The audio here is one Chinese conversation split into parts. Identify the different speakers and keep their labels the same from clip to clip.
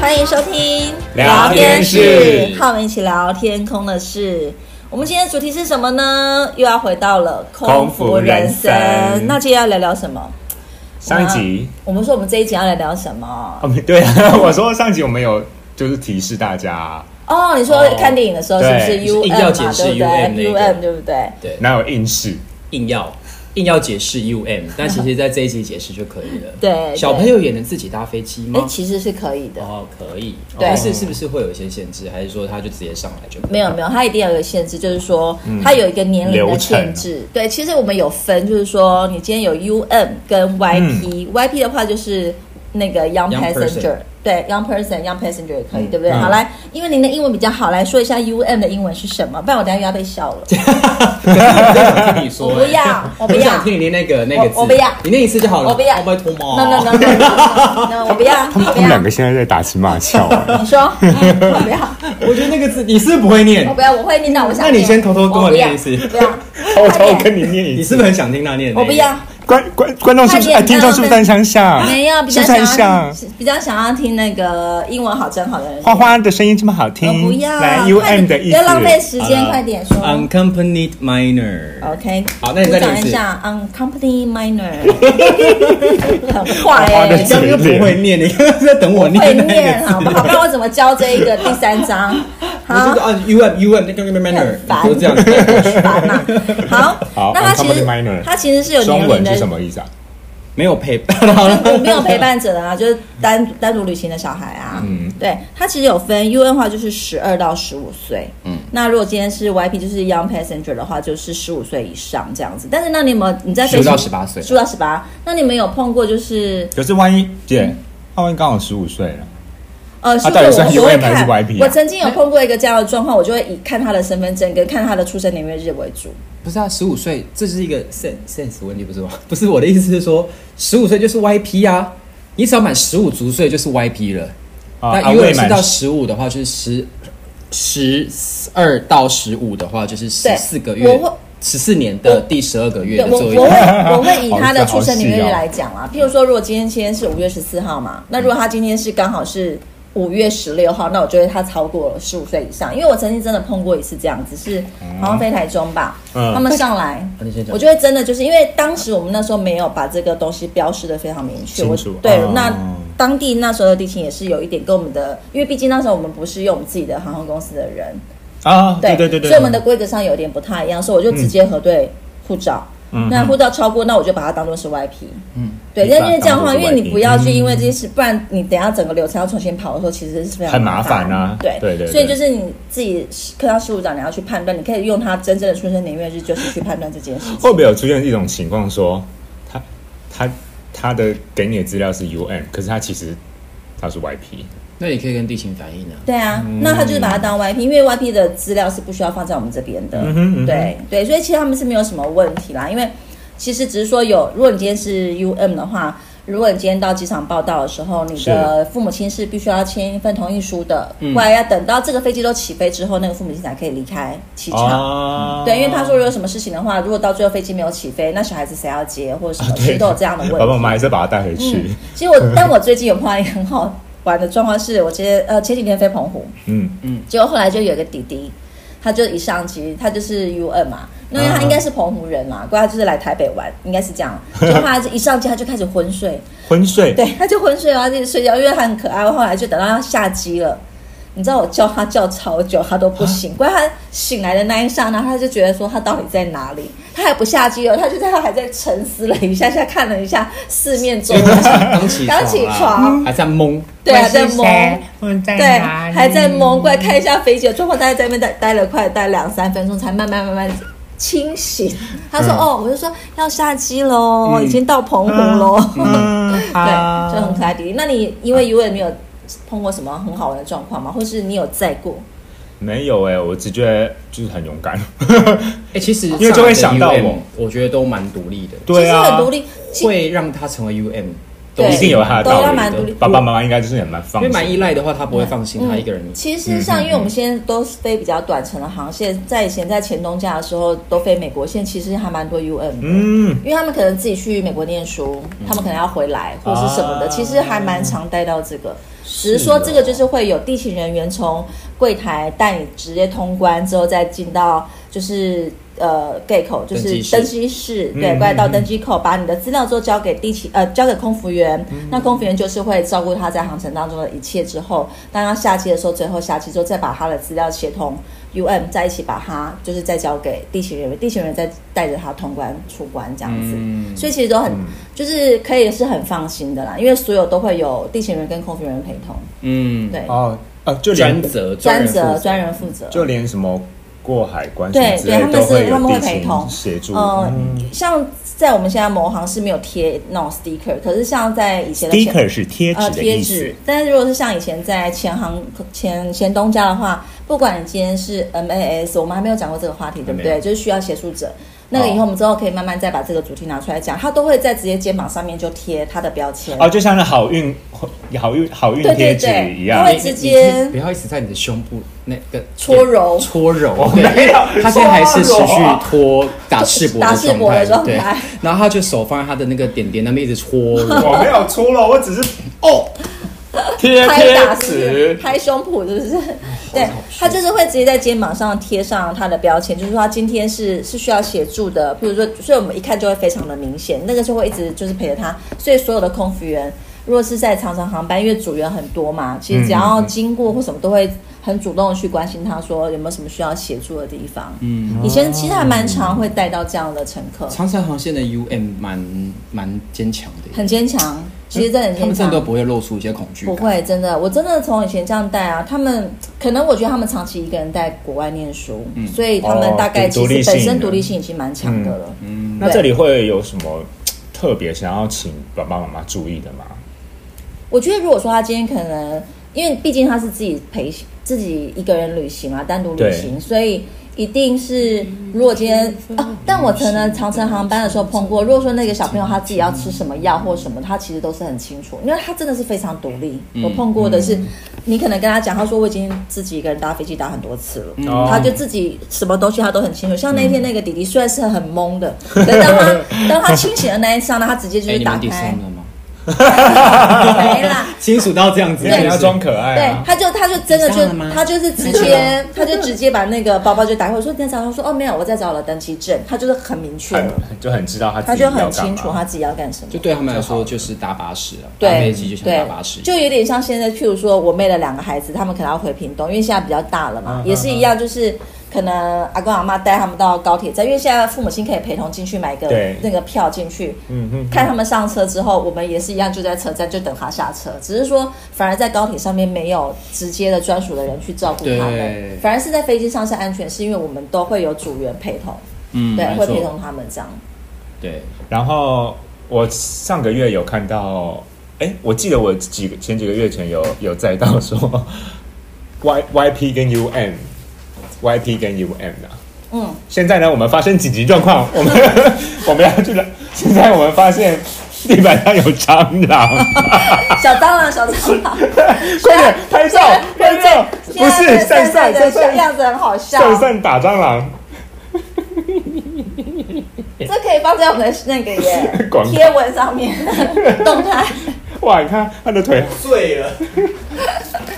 Speaker 1: 欢迎收听
Speaker 2: 聊天室
Speaker 1: 和我们一起聊天空的事。我们今天的主题是什么呢？又要回到了
Speaker 2: 空服人生
Speaker 1: 那今天要聊聊什么？
Speaker 2: 上一集
Speaker 1: 我们说我们这一集要来聊什么？
Speaker 2: 哦，没对啊， 我说上集我们有就是提示大家，
Speaker 1: 哦，你说
Speaker 3: 哦
Speaker 1: 看电影的时候是不是
Speaker 2: 对
Speaker 1: U
Speaker 3: 硬
Speaker 1: M
Speaker 3: 要
Speaker 1: 嘛？
Speaker 3: 解释
Speaker 1: 对不对
Speaker 3: UM 那个
Speaker 1: ？U M 对不对？
Speaker 3: 对，
Speaker 2: 哪有应试？
Speaker 3: 硬要硬要解释 U M，但其实在这一集解释就可以了。
Speaker 1: 对
Speaker 3: 小朋友也能自己搭飞机
Speaker 1: 哎，
Speaker 3: 吗？
Speaker 1: 其实是可以的。
Speaker 3: 哦，可以。
Speaker 1: 对
Speaker 3: 但是是不是会有一些限制，还是说他就直接上来就可以
Speaker 1: 没有没有，它一定要有个限制，就是说
Speaker 3: 嗯
Speaker 1: 它有一个年龄
Speaker 2: 流
Speaker 1: 的
Speaker 2: 程
Speaker 1: 限制。对，其实我们有分，就是说你今天有 U M 跟 Y P，Y、YP 的话就是那个 Young
Speaker 3: 嗯 Young
Speaker 1: Passenger，
Speaker 3: person
Speaker 1: 对，Young Person、Young Passenger 也可以，
Speaker 3: 嗯
Speaker 1: 对不对？
Speaker 2: 嗯
Speaker 1: 好，来，因为您的英文比较好，来说一下 U M 的英文是什么，不然我等下又要被笑 了。
Speaker 3: 我听你
Speaker 1: 我
Speaker 3: 说，哎
Speaker 1: 不 要我不要
Speaker 3: 想听你念那个那个字，
Speaker 1: 我我不要
Speaker 3: 你念一次就好了。
Speaker 1: 我不要
Speaker 3: 哦拜托嘛。
Speaker 1: No no no no no,
Speaker 3: 哦
Speaker 1: no，我不 要，
Speaker 2: 他
Speaker 1: 我
Speaker 2: 们他
Speaker 1: 不
Speaker 2: 们
Speaker 1: 要
Speaker 2: 两。个现在在打情骂俏啊。
Speaker 1: 你说， 我不要，
Speaker 3: 我觉得那个字你是不是不会念
Speaker 1: 我，不要，我会念到我想
Speaker 3: 那
Speaker 1: 念。
Speaker 3: 你先偷偷跟
Speaker 1: 我
Speaker 3: 我
Speaker 1: 不
Speaker 3: 念
Speaker 1: 要
Speaker 3: 一，次，
Speaker 1: 不要，
Speaker 2: 偷偷跟你念一
Speaker 3: 你
Speaker 2: 次
Speaker 3: 是，不是很想听他念？哎
Speaker 1: 我不要。。
Speaker 2: 观观观众是不是？哎，听众是不是很想想？
Speaker 1: 没有，比
Speaker 2: 是
Speaker 1: 较
Speaker 2: 不
Speaker 1: 想
Speaker 2: 是很
Speaker 1: 要
Speaker 2: 想？
Speaker 1: 比较想要听那个英文好真好的人。
Speaker 2: 花花的声音这么好
Speaker 1: 我
Speaker 2: 听，
Speaker 1: 哦不要，啊
Speaker 2: 来
Speaker 1: 快
Speaker 2: U
Speaker 1: 点
Speaker 2: M 的意
Speaker 1: 不要浪费
Speaker 2: 思，啊嗯
Speaker 1: 时间，快点说。哦
Speaker 3: Unaccompanied Uh, minor。
Speaker 1: OK，
Speaker 3: 好那你再
Speaker 1: 鼓掌
Speaker 3: 练一次
Speaker 1: 一下，unaccompanied minor，很快
Speaker 2: 花花的
Speaker 1: 哎、
Speaker 3: 你这样就不会念，你刚刚在等我
Speaker 1: 我会
Speaker 3: 念那个
Speaker 1: 念
Speaker 3: 字
Speaker 1: 好不好？不然我怎么教这一个第三章？
Speaker 3: 我就
Speaker 1: 好
Speaker 3: 说，啊，U M U M 那个 manner，
Speaker 1: 很烦，
Speaker 3: 都这样。
Speaker 1: 很烦呐、好，
Speaker 2: 好
Speaker 1: 那它其
Speaker 2: unaccompanied
Speaker 1: 实
Speaker 2: minor
Speaker 1: 它其实是有
Speaker 2: 中
Speaker 1: 年龄
Speaker 2: 文
Speaker 1: 的
Speaker 2: 是什么意思啊？
Speaker 3: 没有陪伴，好了，
Speaker 1: 没有陪伴者的啊，就是单单独旅行的小孩啊。嗯
Speaker 2: 嗯，
Speaker 1: 对，他其实有分 U N 话就是十二到十五岁，嗯
Speaker 3: 嗯，
Speaker 1: 那如果今天是 Y P 就是 Young Passenger 的话，就是十五岁以上这样子。但是那你有没有你在飞
Speaker 3: 15到
Speaker 1: 行
Speaker 3: 18岁
Speaker 1: 十到十八，那你们有碰过就是
Speaker 2: 可是万一姐，他万一刚好十五岁了，
Speaker 1: 呃，是
Speaker 2: 到底
Speaker 1: 我
Speaker 2: 算
Speaker 1: 我会
Speaker 2: UM 还是
Speaker 1: 看
Speaker 2: YP 啊
Speaker 1: 我曾经有碰过一个这样的状况，我就会以看他的身份证跟看他的出生年月日为主。
Speaker 3: 不是啊，十五岁，这是一个 sense sense 问题，不是吗？ 不是我的意思是说，十五岁就是 YP 啊，你只要满十五足岁就是 YP 了。
Speaker 2: 啊
Speaker 3: 那
Speaker 2: 啊
Speaker 3: 如果
Speaker 2: 未
Speaker 3: 是
Speaker 2: 满
Speaker 3: 到十五的话，就是十十二到十五的话，就是十四个
Speaker 1: 我
Speaker 3: 月
Speaker 1: 会，
Speaker 3: 十四年的第十二个月
Speaker 1: 对
Speaker 3: 的
Speaker 1: 我
Speaker 3: 作
Speaker 1: 我
Speaker 3: 业。
Speaker 1: 会我会以
Speaker 2: 好
Speaker 1: 他的
Speaker 2: 好
Speaker 1: 出生年月
Speaker 2: 细
Speaker 1: 日
Speaker 2: 哦
Speaker 1: 来讲啦，譬如说，如果今天今天是五月十四号嘛，那如果他今天是刚好是五月十六号，那我觉得他超过了十五岁以上，因为我曾经真的碰过一次这样子，是好像飞台中吧，
Speaker 2: 嗯
Speaker 1: 他们上来
Speaker 3: 啊你先，讲
Speaker 1: 我就会真的就是因为当时我们那时候没有把这个东西标示的非常明确，我
Speaker 2: 清楚
Speaker 1: 对
Speaker 2: 哦
Speaker 1: 那。当地那时候的地勤也是有一点跟我们的，因为毕竟那时候我们不是用我们自己的航空公司的人，
Speaker 2: 啊，
Speaker 1: 对
Speaker 2: 对对对对，
Speaker 1: 所以我们的规则上有点不太一样，所以我就直接核对护照。
Speaker 2: 嗯
Speaker 1: 那护照超过，那我就把它当做是 YP。嗯
Speaker 3: 嗯，
Speaker 1: 对，
Speaker 2: 你把
Speaker 1: 但
Speaker 2: 它
Speaker 1: 因为这样的话，
Speaker 2: 当
Speaker 1: 因
Speaker 2: 作是嗯
Speaker 1: 为你
Speaker 2: YP
Speaker 1: 不要去因为这些事，不然你等一下整个流程要重新跑的时候，其实是非常
Speaker 2: 很
Speaker 1: 麻
Speaker 2: 麻
Speaker 1: 烦
Speaker 2: 烦啊
Speaker 1: 对
Speaker 2: 对对对
Speaker 1: 所以就是你自己科到事务长，你要去判断，你可以用他真正的出生年月日，就是去判断这件事情。
Speaker 2: 会不会有出现一种情况说，他他他的给你的资料是 UM，可是他其实他是 YP，
Speaker 3: 那你可以跟地勤反映啊。
Speaker 1: 对啊，
Speaker 2: 嗯
Speaker 1: 那他就是把它当 YP，因为 YP 的资料是不需要放在我们这边的。
Speaker 2: 嗯哼嗯哼
Speaker 1: 对对，所以其实他们是没有什么问题啦，因为其实只是说有，如果你今天是 UM 的话，如果你今天到机场报到的时候，你的父母亲是必须要签一份同意书的，
Speaker 2: 嗯
Speaker 1: 不然要等到这个飞机都起飞之后，那个父母亲才可以离开机场。
Speaker 2: 哦
Speaker 1: 啊对，因为他说如果有什么事情的话，如果到最后飞机没有起飞，那小孩子谁要接或者什么，其
Speaker 2: 对
Speaker 1: 实都有这样的问题。
Speaker 2: 爸爸妈妈还是把他带回去
Speaker 1: 嗯，，其实我，但我最近有碰到一个很好玩的状况是，我今天呃前几天飞澎湖，
Speaker 2: 嗯，
Speaker 1: 结果后来就有一个弟弟，他就一上机，他就是 U N 嘛，那因
Speaker 3: 嗯
Speaker 1: 为他应该是澎湖人嘛，不过他就是来台北玩，应该是这 样。就他一上机他就开始昏睡，
Speaker 2: 昏睡，
Speaker 1: 对，他就昏睡然后他就睡觉，因为他很可爱。后来就等到他下机了，你知道我叫他叫超久，他都不
Speaker 3: 啊
Speaker 1: 醒。关于他醒来的那一刹那，他就觉得说他到底在哪里？他还不下机哦，他就在他还在沉思了一下下，看了一下四面周围，
Speaker 3: 刚起
Speaker 1: 刚起床
Speaker 3: 啊，还在懵。
Speaker 1: 对啊，在蒙。
Speaker 3: 我在
Speaker 1: 对，还在蒙，过来看一下飞机的状况，大概在那边待待了快待两三分钟，才慢慢慢慢清醒。他
Speaker 2: 嗯
Speaker 1: 说：“哦，我就说要下机喽，已经到澎湖喽。
Speaker 2: 嗯，
Speaker 1: 对，就很可爱弟弟。那你因为 U 也没有碰过什么很好玩的状况吗？或是你有载过？
Speaker 2: 没有哎、我只觉得就是很勇 敢，
Speaker 3: 哎，其实
Speaker 2: 因为就会想到
Speaker 3: 上来的
Speaker 2: 我
Speaker 3: UM，我觉得都蛮独立的，
Speaker 2: 对
Speaker 1: 其实很
Speaker 2: 啊
Speaker 1: 独，立。其
Speaker 3: 会让他成为 U M。
Speaker 1: 对
Speaker 2: 一定有他的
Speaker 1: 都
Speaker 2: 道
Speaker 1: 要
Speaker 2: 理
Speaker 1: 蛮独立。
Speaker 2: 爸爸妈妈应该就是很蛮
Speaker 3: 因
Speaker 2: 放
Speaker 3: 为
Speaker 2: 心，
Speaker 3: 蛮依赖的话，他不会放
Speaker 1: 嗯
Speaker 3: 心他一个人。
Speaker 1: 其实像，因为我们现在都是飞比较短程的航线，在以前在前东家的时候都飞美国线，其实还蛮多 UM 的。
Speaker 2: 嗯，
Speaker 1: 因为他们可能自己去美国念书，他们可能要回来或是什么的，
Speaker 2: 啊
Speaker 1: 其实还蛮常带到这个。
Speaker 3: 是哦
Speaker 1: 只是说这个就是会有地勤人员从柜台带你直接通关之后，再进到就是呃 gate 口，就
Speaker 3: 登
Speaker 1: 是
Speaker 3: 机室
Speaker 1: 登机室，
Speaker 2: 嗯
Speaker 1: 对，
Speaker 2: 嗯
Speaker 1: 过来到登机口，把你的资料之后交给地勤呃交给空服员，那空服员就是会照顾他在航程当中的一切之后，当他下机的时候，最后下机之后再把他的资料协同 UM 在一起把它就是再交给地勤人员，地勤人员再带着他通关出关这样子，
Speaker 3: 嗯
Speaker 1: 所以其实都很、就是可以是很放心的啦，因为所有都会有地勤人员跟空服人员陪同，
Speaker 3: 嗯，
Speaker 1: 对，
Speaker 2: 哦，呃，就
Speaker 3: 专
Speaker 2: 连
Speaker 3: 责
Speaker 1: 专
Speaker 3: 人负责
Speaker 1: 责专人负责。
Speaker 2: 就连什么过海关什
Speaker 1: 对
Speaker 2: 么之类
Speaker 1: 对他们
Speaker 2: 都
Speaker 1: 是他们
Speaker 2: 有
Speaker 1: 会
Speaker 2: 地
Speaker 1: 陪同
Speaker 2: 勤协助，
Speaker 1: 呃
Speaker 2: 嗯，
Speaker 1: 像在我们现在某行是没有贴那种 sticker，可是像在以前的前
Speaker 2: 是贴
Speaker 1: 呃贴纸，，但是如果是像以前在前行前前东家的话，不管你今天是 MAS，我们还没有讲过这个话题，对不
Speaker 2: 还没
Speaker 1: 对？
Speaker 2: 有
Speaker 1: 就是需要协助者。那个以后我们之后可以慢慢再把这个主题拿出来讲，他都会在直接肩膀上面就贴他的标签。
Speaker 2: 哦，就像那好运好运好运
Speaker 1: 对对
Speaker 2: 贴纸
Speaker 1: 对
Speaker 2: 一
Speaker 1: 他
Speaker 2: 样
Speaker 1: 会，直接
Speaker 3: 你你不要一直在你的胸部那个
Speaker 1: 搓揉
Speaker 3: 搓揉。
Speaker 2: 我
Speaker 3: 对
Speaker 2: 哦没有
Speaker 3: 他现在还是持
Speaker 2: 搓
Speaker 3: 续
Speaker 2: 揉
Speaker 3: 搓打赤 膊
Speaker 1: 打赤膊的
Speaker 3: 的
Speaker 1: 状
Speaker 3: 状态，对
Speaker 1: 态。
Speaker 3: 然后他就手放在他的那个点点那边一直搓揉。
Speaker 2: 我没有出了，我只是 哦贴
Speaker 1: 拍打是不
Speaker 2: 贴
Speaker 1: 是
Speaker 2: 纸，
Speaker 1: 拍胸脯是不是？ 对
Speaker 3: 哦好
Speaker 1: 他就是会直接在肩膀上贴上他的标签，就是说他今天是是需要协助的，比如说，所以我们一看就会非常的明显，那个就会一直就是陪着他。所以所有的空服员，如果是在长长航班，因为组员很多嘛，其实
Speaker 3: 嗯
Speaker 1: 只要经过或什么都会很主动的去关心他说有没有什么需要协助的地方。
Speaker 3: 嗯，
Speaker 1: 以前其实还蛮常会带到这样的乘客，
Speaker 3: 长城航线的 UM 蛮蛮坚强的耶，
Speaker 1: 很坚强，其实真的很
Speaker 3: 他
Speaker 1: 坚
Speaker 3: 们真
Speaker 1: 强
Speaker 3: 的。都不会露出一些恐惧
Speaker 1: 不
Speaker 3: 感。
Speaker 1: 会，真的，我真的从以前这样带啊，他们可能我觉得他们长期一个人在国外念书，所以他们大概
Speaker 2: 哦
Speaker 1: 其
Speaker 2: 独
Speaker 1: 实
Speaker 2: 立性嗯
Speaker 1: 本身独立性已经蛮强的了。
Speaker 2: 那这里会有什么特别想要请爸爸妈妈注意的吗？
Speaker 1: 我觉得如果说他今天可能，因为毕竟他是自己陪自己一个人旅行啊，单独旅行，所以一定是如果今天啊，但我可能长城航班的时候碰过，如果说那个小朋友他自己要吃什么药或什么，他其实都是很清楚，因为他真的是非常独立。
Speaker 3: 嗯
Speaker 1: 我碰过的是，你可能跟他讲，他说我已经自己一个人搭飞机搭很多次了，
Speaker 2: 哦
Speaker 1: 他就自己什么东西他都很清楚。像那天那个弟弟虽然是很懵 的，可是当他当他清醒的那一刹那，他直接就
Speaker 3: 哎，
Speaker 1: 是
Speaker 3: 你
Speaker 1: 打
Speaker 3: 们第三
Speaker 1: 开，
Speaker 3: 了吗？
Speaker 1: 没啦。
Speaker 3: 清楚到这样子，
Speaker 2: 没有你要装可爱
Speaker 1: 对
Speaker 2: 啊，！
Speaker 1: 他就他就真的
Speaker 3: 你
Speaker 1: 就
Speaker 3: 上了吗
Speaker 1: 他就是直接他就直接把那个包包就打开，我说你在找他说哦没有，我在找我的登机证，他就是很明确
Speaker 2: 很
Speaker 1: 了，
Speaker 2: 就很知道他
Speaker 1: 他
Speaker 2: 自己
Speaker 1: 就
Speaker 2: 要干
Speaker 1: 很
Speaker 2: 嘛，
Speaker 1: 清楚嗯他自己要干什么
Speaker 3: 就。对他们来说就是搭巴士啊，搭
Speaker 1: 对
Speaker 3: 飞机就像搭
Speaker 1: 对
Speaker 3: 巴士，一样。
Speaker 1: 就有点像现在，譬如说我妹的两个孩子，他们可能要回屏东，因为现在比较大了
Speaker 3: 嗯
Speaker 1: 嘛，也是一样，就是可能阿公阿妈带他们到高铁站，因为现在父母亲可以陪同进去买个
Speaker 2: 对
Speaker 1: 那个票进去，
Speaker 2: 嗯嗯，
Speaker 1: 看他们上车之后，我们也是一样，就在车站就等他下车，只是说反而在高铁上面没有直接的专属的人去照顾他
Speaker 3: 对
Speaker 1: 们，反而是在飞机上是安全，是因为我们都会有组员陪同，
Speaker 3: 嗯，
Speaker 1: 对，
Speaker 3: 没
Speaker 1: 会
Speaker 3: 错
Speaker 1: 陪同他们 这样。
Speaker 3: 对，
Speaker 2: 然后我上个月有看到，哎，我记得我几个前几个月前有有载到说 Y Y P 跟 U M Y P 跟 U M 啊。
Speaker 1: 嗯，
Speaker 2: 现在呢，我们发生紧急状况，我们 我们要去了。现在我们发现地板上有蟑螂，
Speaker 1: 小蟑螂，小蟑螂，
Speaker 2: 快点拍照拍照，不
Speaker 1: 现在
Speaker 2: 是
Speaker 1: 这个
Speaker 2: 扇扇扇
Speaker 1: 这个
Speaker 2: 扇
Speaker 1: 样子很好笑，
Speaker 2: 扇扇打蟑螂，
Speaker 1: 这可以放在我们的那个耶
Speaker 2: 广告
Speaker 1: 贴文上面动态
Speaker 2: 哇！你看他的腿，
Speaker 3: 醉了，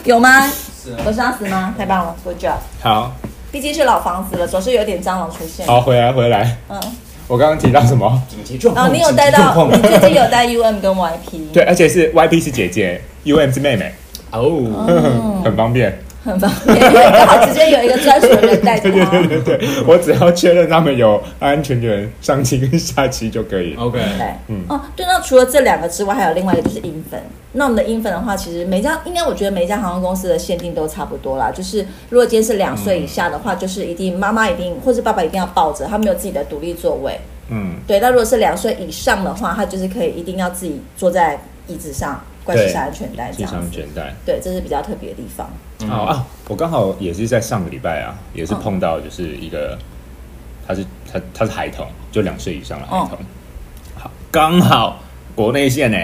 Speaker 1: 有吗？
Speaker 3: 是啊
Speaker 1: 有杀死吗？太棒了，good job！
Speaker 2: 好
Speaker 1: 毕竟是老房子了，总是有点蟑螂出现。
Speaker 2: 好回来回来。
Speaker 1: 嗯。
Speaker 2: 我刚刚提到什么？
Speaker 3: 紧急状
Speaker 1: 哦，
Speaker 3: 况，
Speaker 1: 你有带
Speaker 3: 紧急状
Speaker 1: 到，
Speaker 3: 况
Speaker 1: 你最近有带 UM 跟 YP，
Speaker 2: 对，，而且是 Y P 是姐姐，U M 是妹妹，
Speaker 3: 哦，
Speaker 2: 很方便。
Speaker 1: 很方便，刚好直接有一个专属的人带着
Speaker 2: 对对
Speaker 1: 他。
Speaker 2: 对对对，我只要确认他们有安全员上期跟下期就可以。
Speaker 3: OK，
Speaker 1: 对，
Speaker 2: 嗯
Speaker 1: 哦，对，那除了这两个之外，还有另外一个就是英粉。那我们的英粉的话，其实每家应该我觉得每一家航空公司的限定都差不多啦。就是如果今天是两岁以下的
Speaker 2: 嗯
Speaker 1: 话，就是一定妈妈一定或是爸爸一定要抱着，他没有自己的独立座位。
Speaker 2: 嗯，
Speaker 1: 对，那如果是两岁以上的话，他就是可以一定要自己坐在椅子上，关系下安全带这
Speaker 2: 系
Speaker 1: 样
Speaker 2: 上
Speaker 1: 子。
Speaker 2: 卷带。
Speaker 1: 对，这是比较特别的地方。
Speaker 2: 哦啊，我刚好也是在上个礼拜啊，也是碰到就是一个，他是他他是孩
Speaker 1: 哦
Speaker 2: 童，就两岁以上的孩童，好，刚好国内线呢、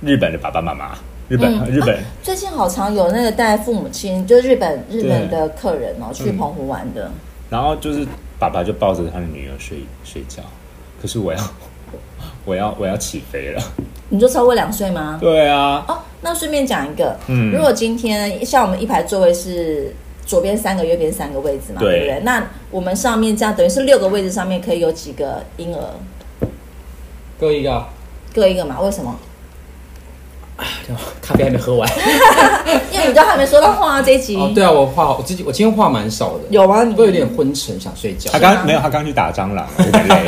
Speaker 2: 日本的爸爸妈妈，日本、
Speaker 1: 嗯
Speaker 2: 日本、
Speaker 1: 啊最近好常有那个带父母亲，就日本日本的客人哦，去澎湖玩的。
Speaker 2: 然后就是爸爸就抱着他的女儿睡睡觉，可是我要 我要我要起飞了。
Speaker 1: 你说超过两岁吗？
Speaker 2: 对啊，
Speaker 1: 哦，那顺便讲一个，
Speaker 2: 嗯
Speaker 1: 如果今天像我们一排座位是左边三个，右边三个位置嘛，
Speaker 2: 对
Speaker 1: 对不对？那我们上面这样等于是六个位置上面可以有几个婴儿
Speaker 3: 各一个 啊，
Speaker 1: 各一个嘛？为什么？
Speaker 3: 咖啡还没喝完。
Speaker 1: 因为你都还没说到话啊，这一集、
Speaker 3: 哦，对啊，我话好我自己，我今天话蛮少的，
Speaker 1: 有吗？你
Speaker 3: 我有点昏沉，想睡觉
Speaker 2: 他。刚没有，他刚去打 蟑螂，有点累。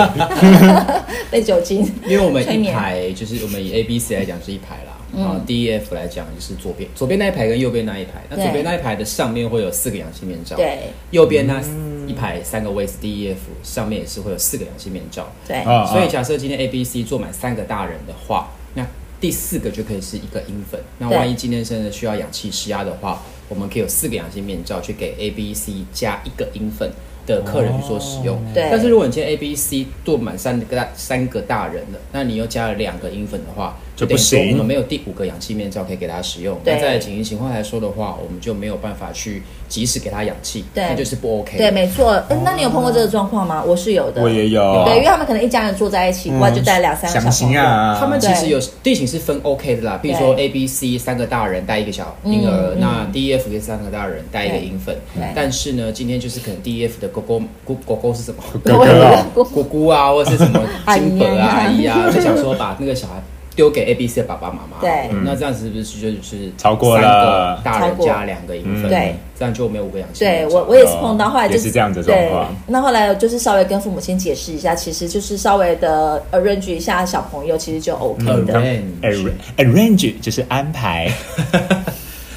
Speaker 2: 嗯
Speaker 1: 被酒 精，
Speaker 3: 因为我们
Speaker 1: 催
Speaker 3: 一
Speaker 1: 眠嗯
Speaker 3: 排就是我们以 A B C 来讲是一排啦，然后 D E F 来讲就是左边左边那一排跟右边那一排，那
Speaker 1: 对
Speaker 3: 左边那一排的上面会有四个氧气面罩，，
Speaker 1: 对
Speaker 3: 右边那一排三个位置 D E F 上面也是会有四个氧气面罩，
Speaker 1: 对，
Speaker 2: 啊
Speaker 3: 所以假设今天 A B C 坐满三个大人的话，那第四个就可以是一个婴粉，那
Speaker 1: 对
Speaker 3: 万一今天生日需要氧气施压的话，我们可以有四个氧气面罩去给 A B C 加一个婴粉。的客人去做使
Speaker 2: 哦
Speaker 3: 用，
Speaker 1: 对
Speaker 3: 但是如果你今天 A、B、C 做满三个大三个大人了，那你又加了两个婴粉的话，
Speaker 2: 就
Speaker 3: 等于
Speaker 2: 不
Speaker 3: 说
Speaker 2: 行
Speaker 3: 我们没有第五个氧气面罩可以给他使用。
Speaker 1: 对
Speaker 3: 那在紧急情况来说的话，我们就没有办法去及时给他氧气，
Speaker 1: 对
Speaker 3: 那就是不 OK 的。
Speaker 1: 对，没错。嗯，那你有碰过这个状况吗？我是有的，
Speaker 2: 我也有嗯
Speaker 1: 对，因为他们可能一家人坐在一起，哇，就带两三个小
Speaker 2: 想
Speaker 1: 朋
Speaker 2: 心
Speaker 1: 友。
Speaker 2: 啊，
Speaker 3: 他们其实
Speaker 1: 对
Speaker 3: 有地形是分 OK 的啦，比如说
Speaker 1: 对
Speaker 3: A、B、C 三个大人带一个小婴儿，那 D、E、F 也是三个大人带一个
Speaker 1: 对
Speaker 3: 婴粉
Speaker 1: 对。
Speaker 3: 但是呢，今天就是可能 D、E、F 的狗狗狗狗狗是什么？
Speaker 2: 哥哥啊，
Speaker 1: 我
Speaker 3: 姑姑啊，或者是什么金伯啊、
Speaker 1: 阿
Speaker 3: 阿
Speaker 1: 姨
Speaker 3: 姨啊，就想说把那个小孩丢给 A、B、C 的爸爸妈妈。
Speaker 1: 对
Speaker 3: 那这样子是不是就就是
Speaker 2: 超过了
Speaker 3: 三个大
Speaker 1: 超
Speaker 3: 人
Speaker 1: 过
Speaker 3: 加两个婴
Speaker 2: 嗯
Speaker 3: 粉？
Speaker 1: 对，
Speaker 3: 这样就没有五个氧气
Speaker 1: 对
Speaker 3: 面罩。
Speaker 1: 我我也是碰到，后来就
Speaker 2: 哦也是这样子的状况
Speaker 1: 对，那后来就是稍微跟父母亲解释一下，其实就是稍微的 arrange 一下小朋友，其实就 OK
Speaker 2: 嗯
Speaker 1: 的。
Speaker 2: arrange arrange 就是安排，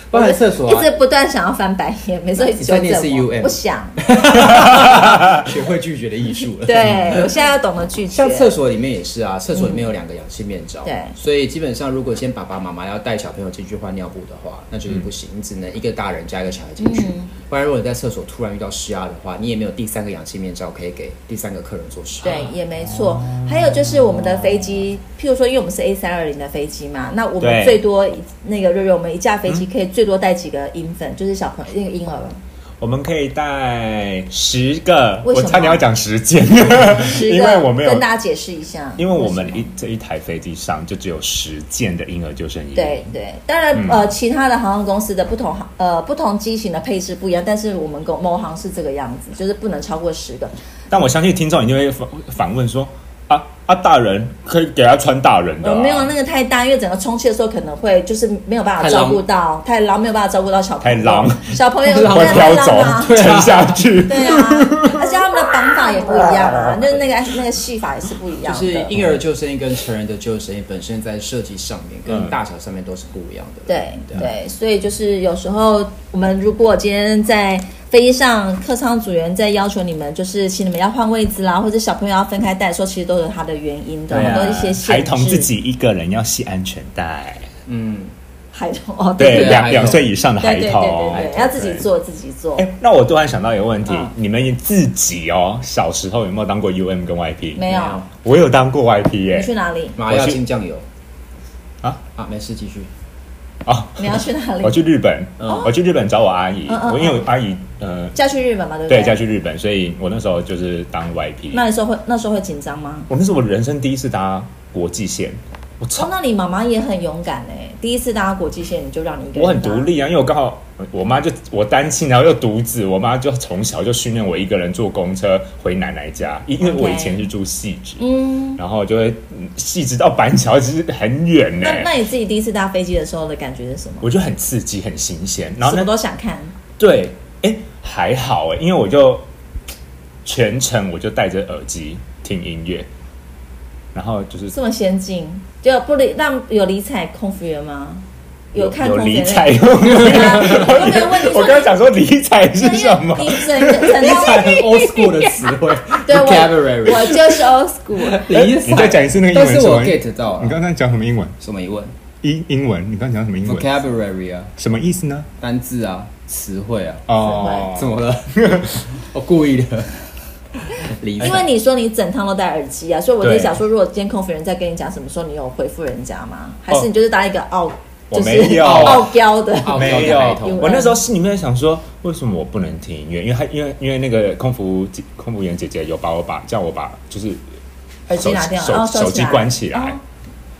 Speaker 3: 不然厕所
Speaker 1: 一
Speaker 3: 啊
Speaker 1: 直不断想要翻白眼，每次都一直纠
Speaker 3: 你在
Speaker 1: 正
Speaker 3: 念
Speaker 1: 我，
Speaker 3: CUM
Speaker 1: 不想。
Speaker 3: 学会拒绝的艺术了。
Speaker 1: 对我现在要懂得拒绝。
Speaker 3: 像厕所里面也是啊，厕所里面有两个氧气面罩，
Speaker 1: 嗯对
Speaker 3: 所以基本上如果先爸爸妈妈要带小朋友进去换尿布的话，那就是不行，你只能一个大人加一个小孩进去，
Speaker 1: 嗯
Speaker 3: 不然如果你在厕所突然遇到施压的话，你也没有第三个氧气面罩可以给第三个客人做啊使用。
Speaker 1: 对，也没错。还有就是我们的飞机，譬如说，因为我们是 A 三二零的飞机嘛，那我
Speaker 2: 对
Speaker 1: 们最多那个瑞瑞，我们一架飞机可以最多带几个婴粉，就是小朋友那个婴儿。
Speaker 2: 我们可以带十个，
Speaker 1: 为
Speaker 2: 我
Speaker 1: 什么
Speaker 2: 差点要讲十件，
Speaker 1: 十个
Speaker 2: 因为我没有
Speaker 1: 跟大家解释一下，
Speaker 2: 因为我们
Speaker 1: 什么
Speaker 2: 一这一台飞机上就只有十件的婴儿救生衣，
Speaker 1: 对，对，当然、
Speaker 2: 嗯
Speaker 1: 呃，其他的航空公司的不同航呃不同机型的配置不一样，但是我们公某航是这个样子，就是不能超过十个。
Speaker 2: 但我相信听众一定会反反问说，啊啊，大人可以给他穿大人的、
Speaker 1: 有
Speaker 2: 啊，
Speaker 1: 呃哦没有那个太大，因为整个充气的时候可能会就是没有办法
Speaker 3: 太
Speaker 1: 照
Speaker 3: 狼
Speaker 1: 顾到，太狼没有办法照顾到小朋友，
Speaker 2: 太狼
Speaker 1: 小朋友
Speaker 3: 狼
Speaker 2: 会
Speaker 1: 太
Speaker 2: 飘
Speaker 1: 狼
Speaker 2: 走
Speaker 1: 啊，
Speaker 3: 对啊
Speaker 2: 沉下去。
Speaker 1: 对 啊，而且他们的绑法也不一样啊，就是那个那个戏法也是不一样
Speaker 3: 就
Speaker 1: 的。
Speaker 3: 是婴儿救生衣跟成人的救生衣本身在设计上面
Speaker 2: 嗯
Speaker 3: 跟大小上面都是不一样的。
Speaker 1: 对
Speaker 3: 啊
Speaker 1: 对，所以就是有时候我们如果今天在飞机上，客舱组员在要求你们，就是请你们要换位置啦，或者小朋友要分开带的时候，其实都有它的原因的，很多一些限
Speaker 2: 啊孩
Speaker 1: 制。
Speaker 2: 童自己一个人要系安全带，
Speaker 3: 嗯，
Speaker 1: 孩童哦，
Speaker 2: 对，
Speaker 1: 对
Speaker 2: 两
Speaker 3: 孩童
Speaker 2: 两岁以上的
Speaker 1: 对
Speaker 2: 孩
Speaker 1: 对对
Speaker 2: 童，
Speaker 1: 对对，要自己做自己做
Speaker 2: 哎、。那我突然想到一个问题，
Speaker 1: 嗯
Speaker 2: 你们自己哦，小时候有没有当过 UM 跟 YP？
Speaker 1: 没有，
Speaker 2: 我有当过 YP
Speaker 1: 你
Speaker 2: 耶、
Speaker 1: 去 哪里？
Speaker 3: 麻药进酱油
Speaker 2: 啊
Speaker 3: 啊，没事，继 续。
Speaker 2: 哦，
Speaker 1: 你要去哪
Speaker 2: 我
Speaker 1: 里？
Speaker 2: 去日本，
Speaker 3: 嗯
Speaker 2: 我去日本找我阿姨，
Speaker 1: 哦嗯嗯
Speaker 2: 我因为我阿姨呃
Speaker 1: 嫁去日本嘛，对不
Speaker 2: 对嫁
Speaker 1: 对？
Speaker 2: 去日本，所以我那时候就是当 YP。
Speaker 1: 那时候会那时候会紧张吗？
Speaker 2: 我那是我人生第一次搭国际线，我
Speaker 1: 哦
Speaker 2: 操，，
Speaker 1: 那你妈妈也很勇敢哎，第一次搭国际线你就让你一个人
Speaker 2: 我很
Speaker 1: 搭
Speaker 2: 独立啊，因为我刚好我妈就我单亲，然后又独子，我妈就从小就训练我一个人坐公车回奶奶家，因因为我
Speaker 1: OK
Speaker 2: 以前是住汐止，
Speaker 1: 嗯，
Speaker 2: 然后就会嗯汐止到板桥其实很远呢、
Speaker 1: 那那你自己第一次搭飞机的时候的感觉是什么？
Speaker 2: 我就很刺激，很新鲜。然后
Speaker 1: 什么
Speaker 2: 那
Speaker 1: 都想看。
Speaker 2: 对，哎、还好哎、因为我就全程我就戴着耳机听音乐，然后就是
Speaker 1: 这么先进，就不理让有理睬空服员吗？看
Speaker 2: 有
Speaker 1: 空服
Speaker 2: 理
Speaker 1: 员
Speaker 2: 睬，
Speaker 1: 的。对啊我都没有问你
Speaker 2: 我
Speaker 1: 说
Speaker 2: 刚刚讲说理睬是什么
Speaker 1: 你？整个整
Speaker 3: 理
Speaker 1: 个
Speaker 3: 财很 old school 的词汇
Speaker 1: 对我
Speaker 3: ，vocabulary。
Speaker 1: 我就是 old school。
Speaker 2: 哎
Speaker 3: 理财
Speaker 2: 你再讲一次那个英文
Speaker 3: 但是
Speaker 2: 什
Speaker 3: 我
Speaker 2: 么
Speaker 3: get 到
Speaker 2: 你
Speaker 3: 了，
Speaker 2: 刚才讲什么英文？
Speaker 3: 什么疑问
Speaker 2: 英英文？你刚刚讲什么英文？
Speaker 3: ？vocabulary 啊，
Speaker 2: 什么意思呢？
Speaker 3: 单字啊，词汇啊，
Speaker 2: 哦，
Speaker 3: 怎么了？我故意的。理
Speaker 1: 因为你说你整趟都戴耳机啊，所以我在想说，如果今天空服人在跟你讲什么时候，你有回复人家吗？还是你就是搭一个傲，
Speaker 2: 哦我
Speaker 1: 就是
Speaker 2: 没有啊
Speaker 1: 傲娇的？
Speaker 3: 傲娇
Speaker 2: 哦没
Speaker 3: 的
Speaker 2: 有
Speaker 3: 孩童，
Speaker 2: 我那时候心里面想说，为什么我不能听音乐？因为他因为因为那个空服姐空服员姐姐有把我把叫我把就是
Speaker 1: 耳
Speaker 2: 手
Speaker 1: 机拿掉，
Speaker 2: 手
Speaker 1: 哦，
Speaker 2: 手机关起来
Speaker 1: 哦。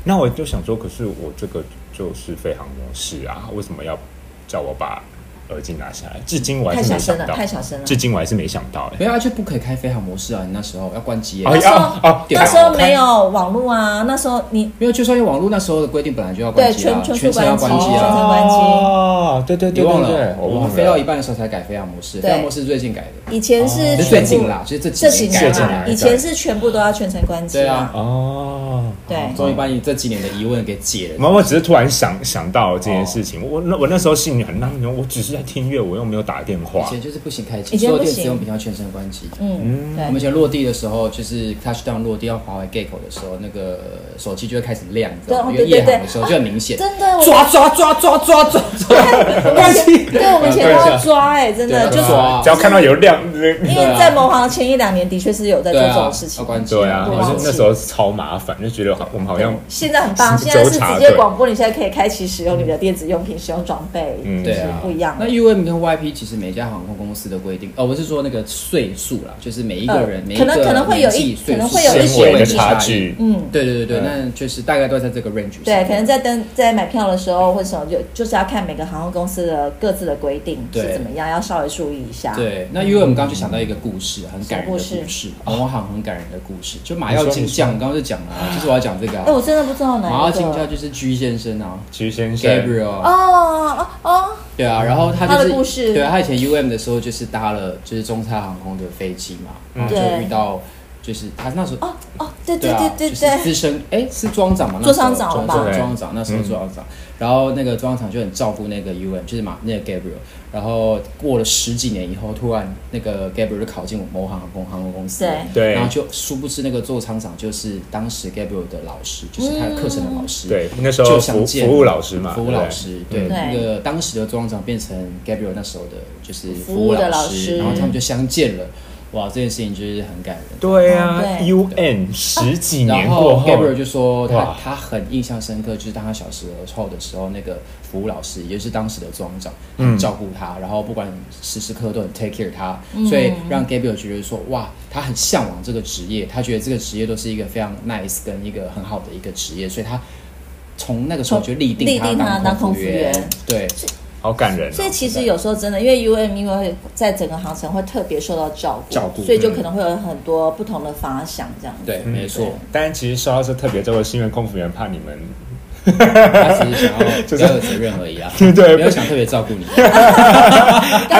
Speaker 2: 那我就想说，可是我这个就是飞行模式啊，为什么要叫我把耳机拿下来？至今我还
Speaker 1: 太
Speaker 2: 是
Speaker 1: 小
Speaker 2: 没
Speaker 1: 声
Speaker 2: 想
Speaker 1: 了，
Speaker 2: 到，
Speaker 1: 太小声了
Speaker 2: 至。今我还是没想到、
Speaker 3: 没
Speaker 2: 欸。
Speaker 3: 有啊，就不可以开飞行模式啊！你那时候要关机耶、
Speaker 2: 哎
Speaker 1: 那时
Speaker 2: 呀
Speaker 1: 候
Speaker 2: 哦，
Speaker 1: 那时候没有网络啊，那时候你
Speaker 3: 没有，就算有网络那时候的规定本来就要关机啊，
Speaker 1: 对全
Speaker 3: 全程要关
Speaker 1: 全
Speaker 3: 机
Speaker 1: 速关
Speaker 3: 啊。
Speaker 1: 机关机
Speaker 2: 哦，对对
Speaker 3: 你
Speaker 2: 对
Speaker 3: 忘
Speaker 2: 对
Speaker 3: 了
Speaker 2: 对，，
Speaker 3: 我
Speaker 2: 忘
Speaker 3: 们
Speaker 2: 了。
Speaker 3: 飞到一半的时候才改飞行模式，
Speaker 1: 对
Speaker 3: 飞行模式最近改的，
Speaker 1: 以前是
Speaker 2: 哦
Speaker 1: 全
Speaker 3: 就
Speaker 1: 部
Speaker 3: 最近啦，就是
Speaker 1: 这
Speaker 3: 这
Speaker 1: 几
Speaker 3: 几
Speaker 1: 年
Speaker 3: 年
Speaker 2: 这几
Speaker 1: 啊
Speaker 3: 改
Speaker 2: 年
Speaker 3: 的。
Speaker 1: 以前是全部都要全程关机
Speaker 3: 对啊，
Speaker 2: 哦，
Speaker 1: 对，
Speaker 3: 终于把你这几年的疑问给解了。
Speaker 2: 我我只是突然想想到这
Speaker 3: 哦
Speaker 2: 件事情，我那我那时候心里很纳闷，我只是在听音乐，我又没有打电
Speaker 3: 以
Speaker 2: 话。
Speaker 3: 前就是不行开
Speaker 1: 以
Speaker 3: 机，
Speaker 1: 前
Speaker 3: 所
Speaker 1: 不
Speaker 3: 有
Speaker 1: 行
Speaker 3: 电子用品要全程关机。
Speaker 1: 嗯，
Speaker 3: 我们以
Speaker 1: 对，
Speaker 3: 前落地的时候，就是 touchdown 落地要滑回 gate 口的时候，那个手机就会开始亮，你知道吗？因
Speaker 1: 对
Speaker 3: 为
Speaker 1: 对对
Speaker 3: 夜航的时候就很明显，
Speaker 1: 真的，我
Speaker 3: 抓抓抓抓抓抓抓，关机。
Speaker 1: 对我们以前都
Speaker 2: 啊
Speaker 1: 要抓哎，真的
Speaker 3: 嗯对啊
Speaker 1: 就是
Speaker 3: 抓
Speaker 2: 只要看到有亮，
Speaker 3: 啊
Speaker 1: 因为在魔皇前一两年的确是有在做
Speaker 3: 对
Speaker 1: 这
Speaker 3: 啊
Speaker 1: 种事，情
Speaker 3: 要，关机。
Speaker 2: 对啊，
Speaker 1: 对
Speaker 2: 我是那时候超麻烦，就觉得好我们好像
Speaker 1: 现在很棒，
Speaker 2: 是
Speaker 1: 现在是
Speaker 2: 纠察
Speaker 1: 直接
Speaker 2: 队
Speaker 1: 广播，你现在可以开启使用你的电子用品、使用装备，
Speaker 2: 嗯
Speaker 3: 对啊，
Speaker 1: 不一样
Speaker 3: 那 U M 跟 Y P 其实每一家航空公司的规定，哦，我是说那个岁数啦，就是每一个人，
Speaker 1: 呃
Speaker 3: 每一
Speaker 1: 可
Speaker 3: 个
Speaker 1: 能可能会有一
Speaker 3: 年纪岁
Speaker 1: 可
Speaker 3: 数
Speaker 1: 能会有一
Speaker 2: 纤
Speaker 1: 些
Speaker 2: 维
Speaker 1: 微
Speaker 2: 的
Speaker 1: 小
Speaker 2: 差。距。
Speaker 1: 嗯，
Speaker 3: 啊对对对对，
Speaker 2: 嗯
Speaker 3: 那就是大概都在这个 range 上。
Speaker 1: 对，可能在登在买票的时候或者什么，就就是要看每个航空公司的各自的规定是
Speaker 3: 对
Speaker 1: 怎么样，要稍微注意一下。，
Speaker 3: 对。那 U M 刚刚就想到一个故事，很感人的
Speaker 1: 什么
Speaker 3: 故
Speaker 1: 故哦
Speaker 3: 事，魔航很感人的故事，就马耀进将，刚刚就讲了啊，就是我要讲这个
Speaker 1: 哎，
Speaker 3: 啊，
Speaker 1: 我真的不知道
Speaker 3: 马
Speaker 1: 哪
Speaker 3: 耀
Speaker 1: 一
Speaker 3: 进将
Speaker 1: 个。
Speaker 3: 就是居先生啊
Speaker 2: 其实先生，
Speaker 3: ，Gabriel。啊
Speaker 1: 哦哦哦，
Speaker 3: 对啊，然后他就是
Speaker 1: 他的故事
Speaker 3: 对啊，他以前 U M 的时候就是搭了就是中泰航空的飞机嘛，然后就
Speaker 1: 对
Speaker 3: 遇到就是他那时候
Speaker 1: 哦哦，对对
Speaker 3: 对啊，
Speaker 1: 对对
Speaker 3: 就是
Speaker 1: 对，
Speaker 3: 资深哎是庄长嘛，那
Speaker 1: 做
Speaker 3: 时候
Speaker 1: 庄长吧
Speaker 3: 庄
Speaker 2: 对
Speaker 3: 庄长那时候
Speaker 2: 嗯
Speaker 3: 做庄长，然后那个庄长就很照顾那个 UN，就是嘛那个 Gabriel，然后过了十几年以后，突然那个 Gabriel 就考进我某航航空航空公司，
Speaker 1: 对
Speaker 2: 对
Speaker 3: 然后就殊不知那个做仓长就是当时 Gabriel 的老师，就是他的课程的老
Speaker 2: 嗯
Speaker 3: 师，
Speaker 2: 对，那时
Speaker 3: 就
Speaker 2: 候
Speaker 3: 想
Speaker 2: 服
Speaker 3: 见
Speaker 2: 服务老师嘛，
Speaker 3: 服务
Speaker 2: 对不
Speaker 3: 老
Speaker 2: 对
Speaker 3: 师，对，
Speaker 1: 嗯
Speaker 3: 那
Speaker 1: 对
Speaker 3: 个当时的庄长变成 Gabriel 那时候的就是
Speaker 1: 服
Speaker 3: 服
Speaker 1: 务
Speaker 3: 务
Speaker 1: 的
Speaker 3: 老
Speaker 1: 老师
Speaker 3: 然后他们就相见了，哇，这件事情就是很感人。
Speaker 2: 对啊
Speaker 1: 嗯对
Speaker 2: ，UN 十几年
Speaker 3: 然
Speaker 2: 过
Speaker 3: 后
Speaker 2: 后，
Speaker 3: Gabriel 就说他
Speaker 2: 哇
Speaker 3: 他很印象深刻，就是当他小时候的时候，那个服务老师，也就是当时的庄长，
Speaker 2: 嗯
Speaker 3: 很照顾他，然后不管时时刻刻都很 take care 他，所以让 Gabriel 觉得说哇，他很向往这个职业，他觉得这个职业都是一个非常 nice 跟一个很好的一个职业，所以他从那个时候就立
Speaker 1: 立
Speaker 3: 定
Speaker 1: 定他
Speaker 3: 他
Speaker 1: 当
Speaker 3: 当空
Speaker 1: 空
Speaker 3: 服
Speaker 1: 服员
Speaker 3: 员，对
Speaker 2: 好感人哦。
Speaker 1: 所以其实有时候真的，因为 U M 因为会在整个航程会特别受到照顾，
Speaker 3: 照顾
Speaker 1: 所以就可能会有很多不同的发想这样子。
Speaker 3: 对，
Speaker 2: 嗯
Speaker 3: 没错，
Speaker 2: 但其实说到这特别周的是因为空服员怕你们
Speaker 1: 哦
Speaker 3: 他只是想要
Speaker 2: 就
Speaker 3: 不
Speaker 2: 是
Speaker 3: 要有责任而已啊，
Speaker 2: 对
Speaker 3: 没有想特别照顾你。
Speaker 1: 干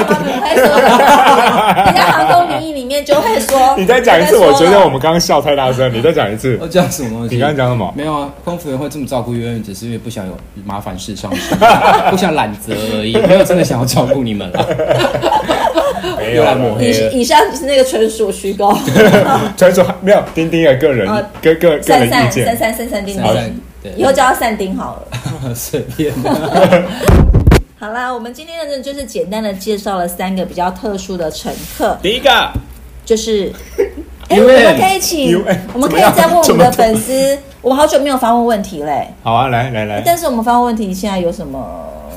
Speaker 1: 嘛你 会说？人家航空领域里面就会说，
Speaker 2: 你再讲一次，
Speaker 1: 就会
Speaker 2: 我
Speaker 1: 说
Speaker 2: 觉得
Speaker 1: 了
Speaker 2: 我们刚刚笑太大声，你再讲一次
Speaker 3: 我。讲什么东西？
Speaker 2: 你刚刚讲什么
Speaker 3: 没有啊，空服员会这么照顾约人，只是因为不想有麻烦事上身，不想揽责而已，没有真的想要照顾你们了。
Speaker 2: 没
Speaker 3: 又来抹黑
Speaker 1: 以以上是那个纯属虚 构，
Speaker 2: 专属没有丁丁的个人
Speaker 1: 哦
Speaker 2: 个个个
Speaker 1: 三
Speaker 2: 人意
Speaker 1: 三三
Speaker 2: 见。
Speaker 1: 三三三丁
Speaker 3: 好的
Speaker 1: 丁，
Speaker 3: 对
Speaker 1: 以后叫他三丁好了。
Speaker 3: 随便。
Speaker 1: 好啦，我们今天呢就是简单的介绍了三个比较特殊的乘客，
Speaker 2: 第一个，
Speaker 1: 就是，哎，
Speaker 3: UN
Speaker 1: 我们可以请
Speaker 2: UN，
Speaker 1: 我们可以
Speaker 2: 怎么样
Speaker 1: 再问我们
Speaker 2: 怎么
Speaker 1: 的粉丝，我们好久没有发问问题嘞。
Speaker 2: 好啊，来来来，
Speaker 1: 但是我们发问问题，现在有什么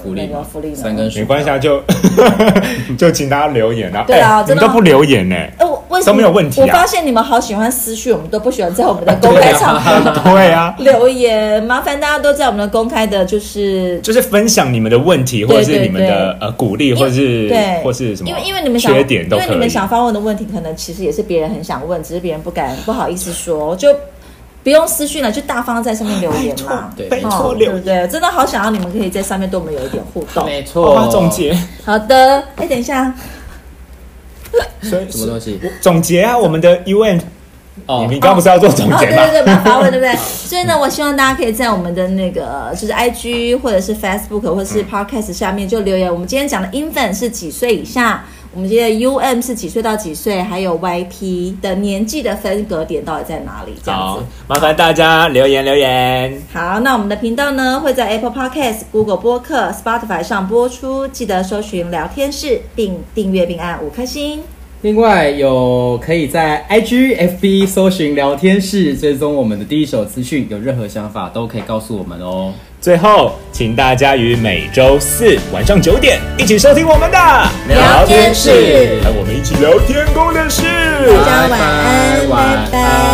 Speaker 3: 福利
Speaker 1: 那个
Speaker 3: 嘛
Speaker 1: 福利呢？
Speaker 3: 三根
Speaker 2: 没关系啊，就 就请大家留言啊。
Speaker 1: 对啊
Speaker 2: 哎你
Speaker 1: 真
Speaker 2: 们
Speaker 1: 的
Speaker 2: 都不留言呢。
Speaker 1: 哎，我为什么
Speaker 2: 都没有问题啊
Speaker 1: 我发现你们好喜欢私讯，我们都不喜欢在我们的公开场合
Speaker 2: 对啊，
Speaker 1: 留言。麻烦大家都在我们的公开的，就是
Speaker 2: 就是分享你们的问题，
Speaker 1: 对
Speaker 2: 或
Speaker 1: 对
Speaker 2: 者是你们的呃鼓励，或者是
Speaker 1: 对，
Speaker 2: 或是什么，
Speaker 1: 因为因为你们想，
Speaker 2: 缺点都
Speaker 1: 因为你
Speaker 2: 可
Speaker 1: 们
Speaker 2: 以。
Speaker 1: 想发问的问题，可能其实也是别人很想问，只是别人不敢不好意思说，就不用私讯了，就大方在上面留言嘛。
Speaker 3: 对
Speaker 2: 拜
Speaker 1: 哦
Speaker 2: 托
Speaker 1: 对
Speaker 2: 留
Speaker 1: 不
Speaker 2: 言。
Speaker 1: 对？真的好想要你们可以在上面对我们有一点互动。
Speaker 3: 没
Speaker 2: 哦
Speaker 3: 错，
Speaker 2: 总 结，
Speaker 1: 好的，哎，等一下，
Speaker 2: 所以
Speaker 3: 什么东西？
Speaker 2: 总结啊，我们的 UN，
Speaker 3: 哦
Speaker 2: 你，刚不是要做总
Speaker 1: 哦，
Speaker 2: 结
Speaker 1: 对
Speaker 2: 吗？
Speaker 1: 对对，把发问，对不 对？所以呢，我希望大家可以在我们的那个就是 IG 或者是 Facebook 或者是 Podcast 下面就留言。我们今天讲的 infant 是几岁以下？我们今天的 UM 是几岁到几岁？还有 YP 的年纪的分隔点到底在哪里？这样
Speaker 2: 好
Speaker 1: 子。，
Speaker 2: 麻烦大家留言留言。
Speaker 1: 好，那我们的频道呢会在 Apple Podcast、Google 播客、Spotify 上播出，记得搜寻聊天室，并订阅并按五颗星。
Speaker 3: 另外有可以在 IG、FB 搜寻聊天室，追踪我们的第一手资讯，有任何想法都可以告诉我们哦。
Speaker 2: 最后，请大家于每周四晚上九点一起收听我们的
Speaker 1: 聊天室
Speaker 2: 来我们一起聊天工作室。
Speaker 1: 大家晚安，
Speaker 3: 晚安
Speaker 1: 拜拜